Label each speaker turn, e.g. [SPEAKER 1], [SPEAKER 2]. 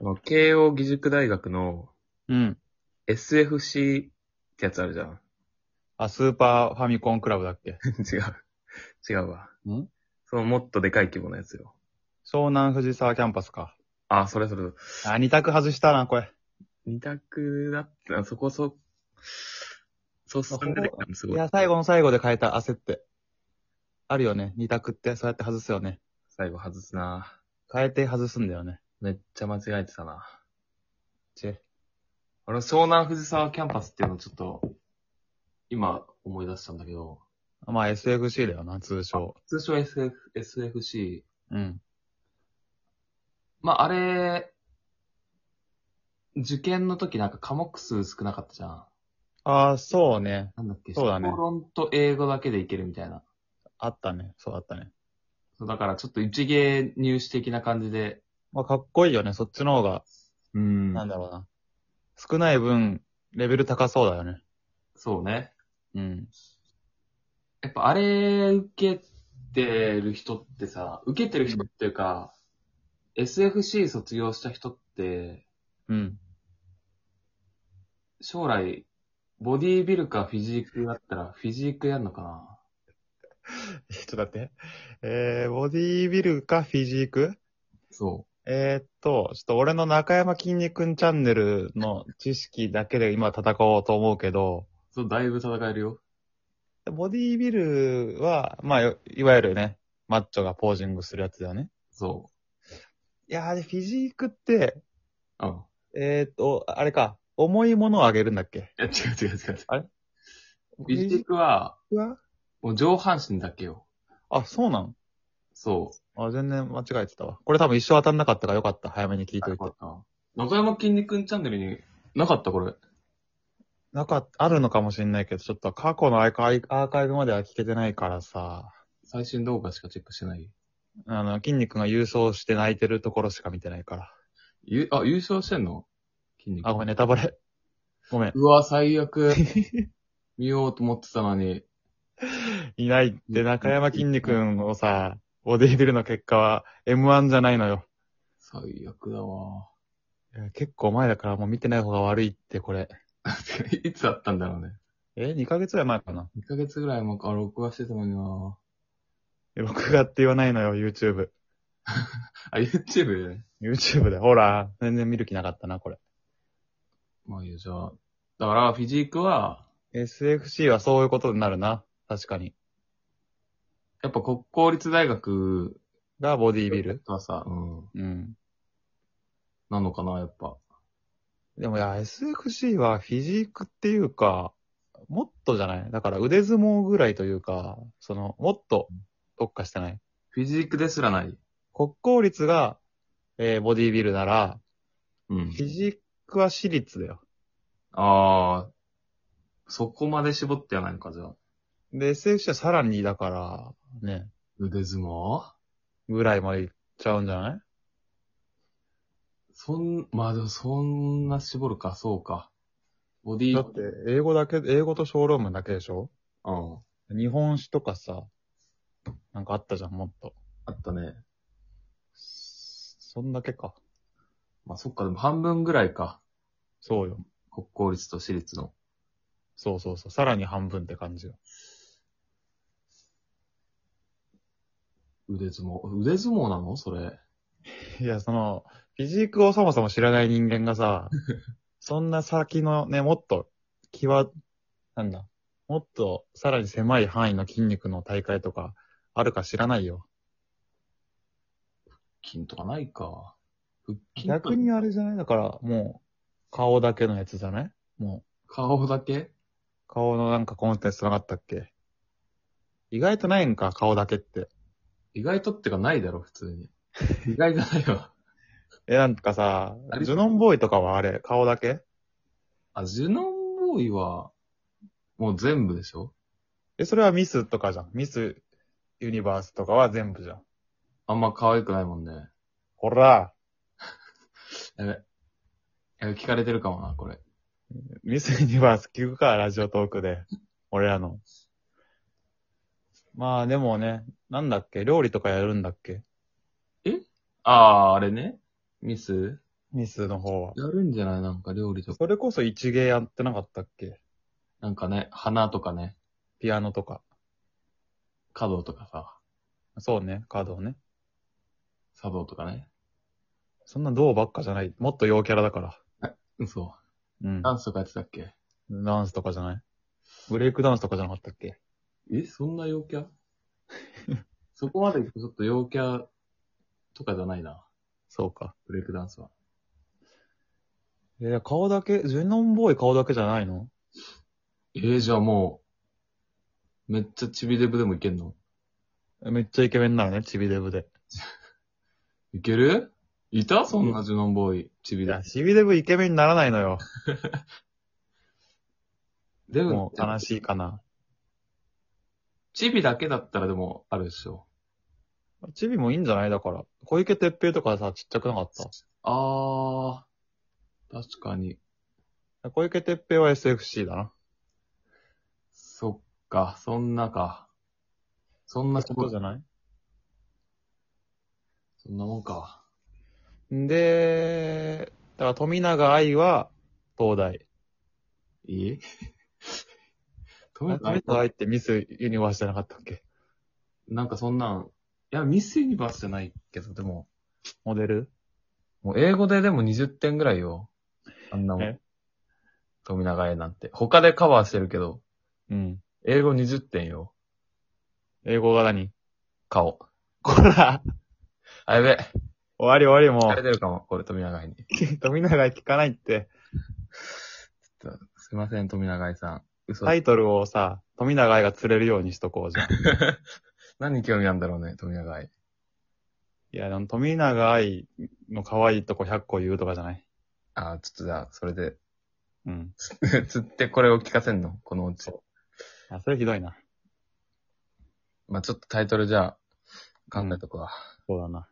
[SPEAKER 1] あの慶応義塾大学の
[SPEAKER 2] うん。
[SPEAKER 1] SFC ってやつあるじゃん。
[SPEAKER 2] あ、スーパーファミコンクラブだっけ
[SPEAKER 1] 違う。違うわ。
[SPEAKER 2] ん
[SPEAKER 1] そのもっとでかい規模のやつよ。
[SPEAKER 2] 湘南藤沢キャンパスか。
[SPEAKER 1] あ、それそれ。
[SPEAKER 2] あ、二択外したな、これ。
[SPEAKER 1] 二択だった、そこそ、そう進んできたのす
[SPEAKER 2] い
[SPEAKER 1] ごい。
[SPEAKER 2] や、最後の最後で変えた、焦って。あるよね。二択って、そうやって外すよね。
[SPEAKER 1] 最後外すな
[SPEAKER 2] 変えて外すんだよね。
[SPEAKER 1] めっちゃ間違えてたな
[SPEAKER 2] チェ。
[SPEAKER 1] 俺、湘南藤沢キャンパスっていうのをちょっと、今思い出したんだけど、
[SPEAKER 2] まあ SFC だよな、通称。
[SPEAKER 1] 通称 SF、SFC。
[SPEAKER 2] うん。
[SPEAKER 1] まあ、あれ、受験の時なんか科目数少なかったじゃん。
[SPEAKER 2] ああ、そうね。
[SPEAKER 1] なんだっけ、
[SPEAKER 2] そうだね
[SPEAKER 1] 小論と英語だけでいけるみたいな。
[SPEAKER 2] あったね。そうだったね。
[SPEAKER 1] そうだからちょっと一芸入試的な感じで。
[SPEAKER 2] まあかっこいいよね。そっちの方が、
[SPEAKER 1] うん
[SPEAKER 2] なんだろうな。少ない分、レベル高そうだよね。
[SPEAKER 1] そうね。
[SPEAKER 2] うん。
[SPEAKER 1] やっぱあれ受けてる人ってさ、受けてる人っていうか、SFC 卒業した人って、
[SPEAKER 2] うん。
[SPEAKER 1] 将来、ボディービルかフィジークだったら、フィジークやんのかな
[SPEAKER 2] えちょっと待って。えー、ボディービルかフィジーク
[SPEAKER 1] そ
[SPEAKER 2] えーっと、ちょっと俺の中山筋肉んチャンネルの知識だけで今戦おうと思うけど、
[SPEAKER 1] う。そう、だいぶ戦えるよ。
[SPEAKER 2] ボディービルは、まあ、よいわゆるね、マッチョがポージングするやつだよね。
[SPEAKER 1] そ
[SPEAKER 2] いやー、でフィジークって、
[SPEAKER 1] う。うん。
[SPEAKER 2] えーっと、あれか、重いものをあげるんだっけ
[SPEAKER 1] いや、違う違う違う違う。フ
[SPEAKER 2] フ
[SPEAKER 1] ィジークは、
[SPEAKER 2] クは
[SPEAKER 1] もう上半身だけよ。
[SPEAKER 2] あ、そうなん
[SPEAKER 1] そう。
[SPEAKER 2] あ、全然間違えてたわ。これ多分一生当たんなかったからよかった。早めに聞い
[SPEAKER 1] あ
[SPEAKER 2] と
[SPEAKER 1] よ
[SPEAKER 2] いて
[SPEAKER 1] かっ。た。中山筋肉チャンネルになかったこれ。
[SPEAKER 2] なかった、あるのかもしれないけど、ちょっと過去のアーカイアーカイブまでは聞けてないからさ。
[SPEAKER 1] 最新動画しかチェックしてない。
[SPEAKER 2] あの、筋肉が優勝して泣いてるところしか見てないから。
[SPEAKER 1] ゆ、あ、優勝してんの筋肉。
[SPEAKER 2] あ、ごめん、ネタバレ。 ごめん。
[SPEAKER 1] うわ、最悪。 見ようと思ってたのに。
[SPEAKER 2] いないって、中山筋肉のさ、ボディビルの結果は M1 じゃないのよ。
[SPEAKER 1] 最悪だわ。
[SPEAKER 2] いや結構前だからもう見てない方が悪いって、これ。
[SPEAKER 1] いつあったんだろうね。
[SPEAKER 2] え、2ヶ月ぐらい前かな。
[SPEAKER 1] 2ヶ月ぐらい前から録画してたのにな。
[SPEAKER 2] え録画って言わないのよ、YouTube。
[SPEAKER 1] あ、YouTube でね。
[SPEAKER 2] YouTube で。ほら、全然見る気なかったな、これ。
[SPEAKER 1] まあいいよ、じゃあ。だから、フィジークは、
[SPEAKER 2] SFC はそういうことになるな。確かに。
[SPEAKER 1] やっぱ国公立大学
[SPEAKER 2] がボディビル。
[SPEAKER 1] はさ、うん。
[SPEAKER 2] うん。
[SPEAKER 1] なのかな、やっぱ。
[SPEAKER 2] でもいや、SFC はフィジークっていうか、もっとじゃないだから腕相撲ぐらいというか、その、もっと特化してない。
[SPEAKER 1] フィジークですらない。
[SPEAKER 2] 国公立が、えーボディービルなら、
[SPEAKER 1] うん
[SPEAKER 2] フィジークは私立だよ。
[SPEAKER 1] ああ、そこまで絞ってはないのか、じゃあ。
[SPEAKER 2] で、SFC はさらに、だから、ね、
[SPEAKER 1] 腕相撲
[SPEAKER 2] ぐらいまでいっちゃうんじゃない
[SPEAKER 1] そん、まあでもそんな絞るか、そうか。ボディ
[SPEAKER 2] だって、英語だけ、英語と小論文だけでしょ
[SPEAKER 1] うん。
[SPEAKER 2] 日本史とかさ、なんかあったじゃん、もっと。
[SPEAKER 1] あったね。
[SPEAKER 2] そんだけか。
[SPEAKER 1] まあそっか、でも半分ぐらいか。
[SPEAKER 2] そうよ。
[SPEAKER 1] 国公立と私立の。
[SPEAKER 2] そうそうそう。さらに半分って感じよ。
[SPEAKER 1] 腕相撲。腕相撲なのそれ。
[SPEAKER 2] いや、その、フィジークをそもそも知らない人間がさ、 そんな先のね、もっと、際、なんだ、もっとさらに狭い範囲の筋肉の大会とか、あるか知らないよ。
[SPEAKER 1] 筋とかないか。腹筋と
[SPEAKER 2] 逆にあれじゃないだから、もう、顔だけのやつじゃないも
[SPEAKER 1] 顔だけ
[SPEAKER 2] う、顔のなんかコンテンツなかったっけ意外とないんか、顔だけって。
[SPEAKER 1] 意外とってかないだろ、普通に。意外じゃない わ。
[SPEAKER 2] え、なんかさ
[SPEAKER 1] あ、れ
[SPEAKER 2] ジュノンボーイとかはあれ、顔だけ
[SPEAKER 1] あ、ジュノンボーイは、もう全部でしょ
[SPEAKER 2] え、それはミスとかじゃん。ミスユニバースとかは全部じゃん。
[SPEAKER 1] あんま可愛くないもんね。
[SPEAKER 2] ほら
[SPEAKER 1] やべ。やべ、聞かれてるかもな、これ。
[SPEAKER 2] ミスユニバース聞くか、ラジオトークで。俺らの。まあでもね、なんだっけ、料理とかやるんだっけ
[SPEAKER 1] あー、あれね。ミス
[SPEAKER 2] ミスの方は。
[SPEAKER 1] やるんじゃないなんか料理とか。
[SPEAKER 2] それこそ一芸やってなかったっけ
[SPEAKER 1] なんかね、花とかね、
[SPEAKER 2] ピアノとか。
[SPEAKER 1] 華道とかさ、
[SPEAKER 2] そうね、カードをね。
[SPEAKER 1] 茶道とかね。
[SPEAKER 2] そんなどうばっかじゃない。もっと陽キャラだから。
[SPEAKER 1] そ
[SPEAKER 2] うん
[SPEAKER 1] う。。ダンスとかやってたっけ
[SPEAKER 2] ダンスとかじゃないブレイクダンスとかじゃなかったっけ
[SPEAKER 1] え、そんな陽キャ そこまで行くとちょっと陽キャとかじゃないな。
[SPEAKER 2] そうか。
[SPEAKER 1] ブレイクダンスは。
[SPEAKER 2] え、顔だけ、ジュノンボーイ顔だけじゃないの
[SPEAKER 1] えー、じゃあもう、めっちゃチビデブでもいけんの
[SPEAKER 2] めっちゃイケメンなのね、チビデブで。
[SPEAKER 1] いけるいたそんなジュノンボーイ、チビ
[SPEAKER 2] い
[SPEAKER 1] デ
[SPEAKER 2] や、チビデブイケメンにならないのよ。
[SPEAKER 1] ブ。で
[SPEAKER 2] も
[SPEAKER 1] も
[SPEAKER 2] う、悲しいかな。
[SPEAKER 1] チビだけだったらでもあるでしょ。
[SPEAKER 2] チビもいいんじゃないだから。小池徹平とかさ、ちっちゃくなかった
[SPEAKER 1] あー、確かに。。
[SPEAKER 2] 小池徹平は SFC だな。
[SPEAKER 1] そっか、そんなか。そんな
[SPEAKER 2] そ
[SPEAKER 1] こ
[SPEAKER 2] う
[SPEAKER 1] と
[SPEAKER 2] じゃない
[SPEAKER 1] そんなもんか。
[SPEAKER 2] で、だから富永愛は、東大。
[SPEAKER 1] い い富
[SPEAKER 2] 富
[SPEAKER 1] 永愛
[SPEAKER 2] 永愛ってミスユニバースじゃなかったっけ
[SPEAKER 1] なんかそんなん、いや、ミスユニバースじゃないけど、でも、
[SPEAKER 2] モデル
[SPEAKER 1] もう英語ででも20点ぐらいよ。あんなもん
[SPEAKER 2] え。
[SPEAKER 1] 富永愛なんて。他でカバーしてるけど、
[SPEAKER 2] うん。
[SPEAKER 1] 英語20点よ。
[SPEAKER 2] 英語が何
[SPEAKER 1] 顔。
[SPEAKER 2] こら
[SPEAKER 1] あ、やべ。
[SPEAKER 2] 終わり終わりも
[SPEAKER 1] 疲れてるかも、これ、富永愛に。
[SPEAKER 2] う。富永愛聞かないって、
[SPEAKER 1] すいません、富永愛さん。嘘。
[SPEAKER 2] タイトルをさ、富永愛が釣れるようにしとこう じゃん。
[SPEAKER 1] 何に興味あるんだろうね、富永愛。
[SPEAKER 2] いや、でも富永愛の可愛いとこ100個言うとかじゃない
[SPEAKER 1] あー、ちょっとじゃあ、それで、
[SPEAKER 2] うん。
[SPEAKER 1] つってこれを聞かせんのこのうち。
[SPEAKER 2] あ、それひどいな。
[SPEAKER 1] まあちょっとタイトルじゃあ、考えとくわ。
[SPEAKER 2] そうだな。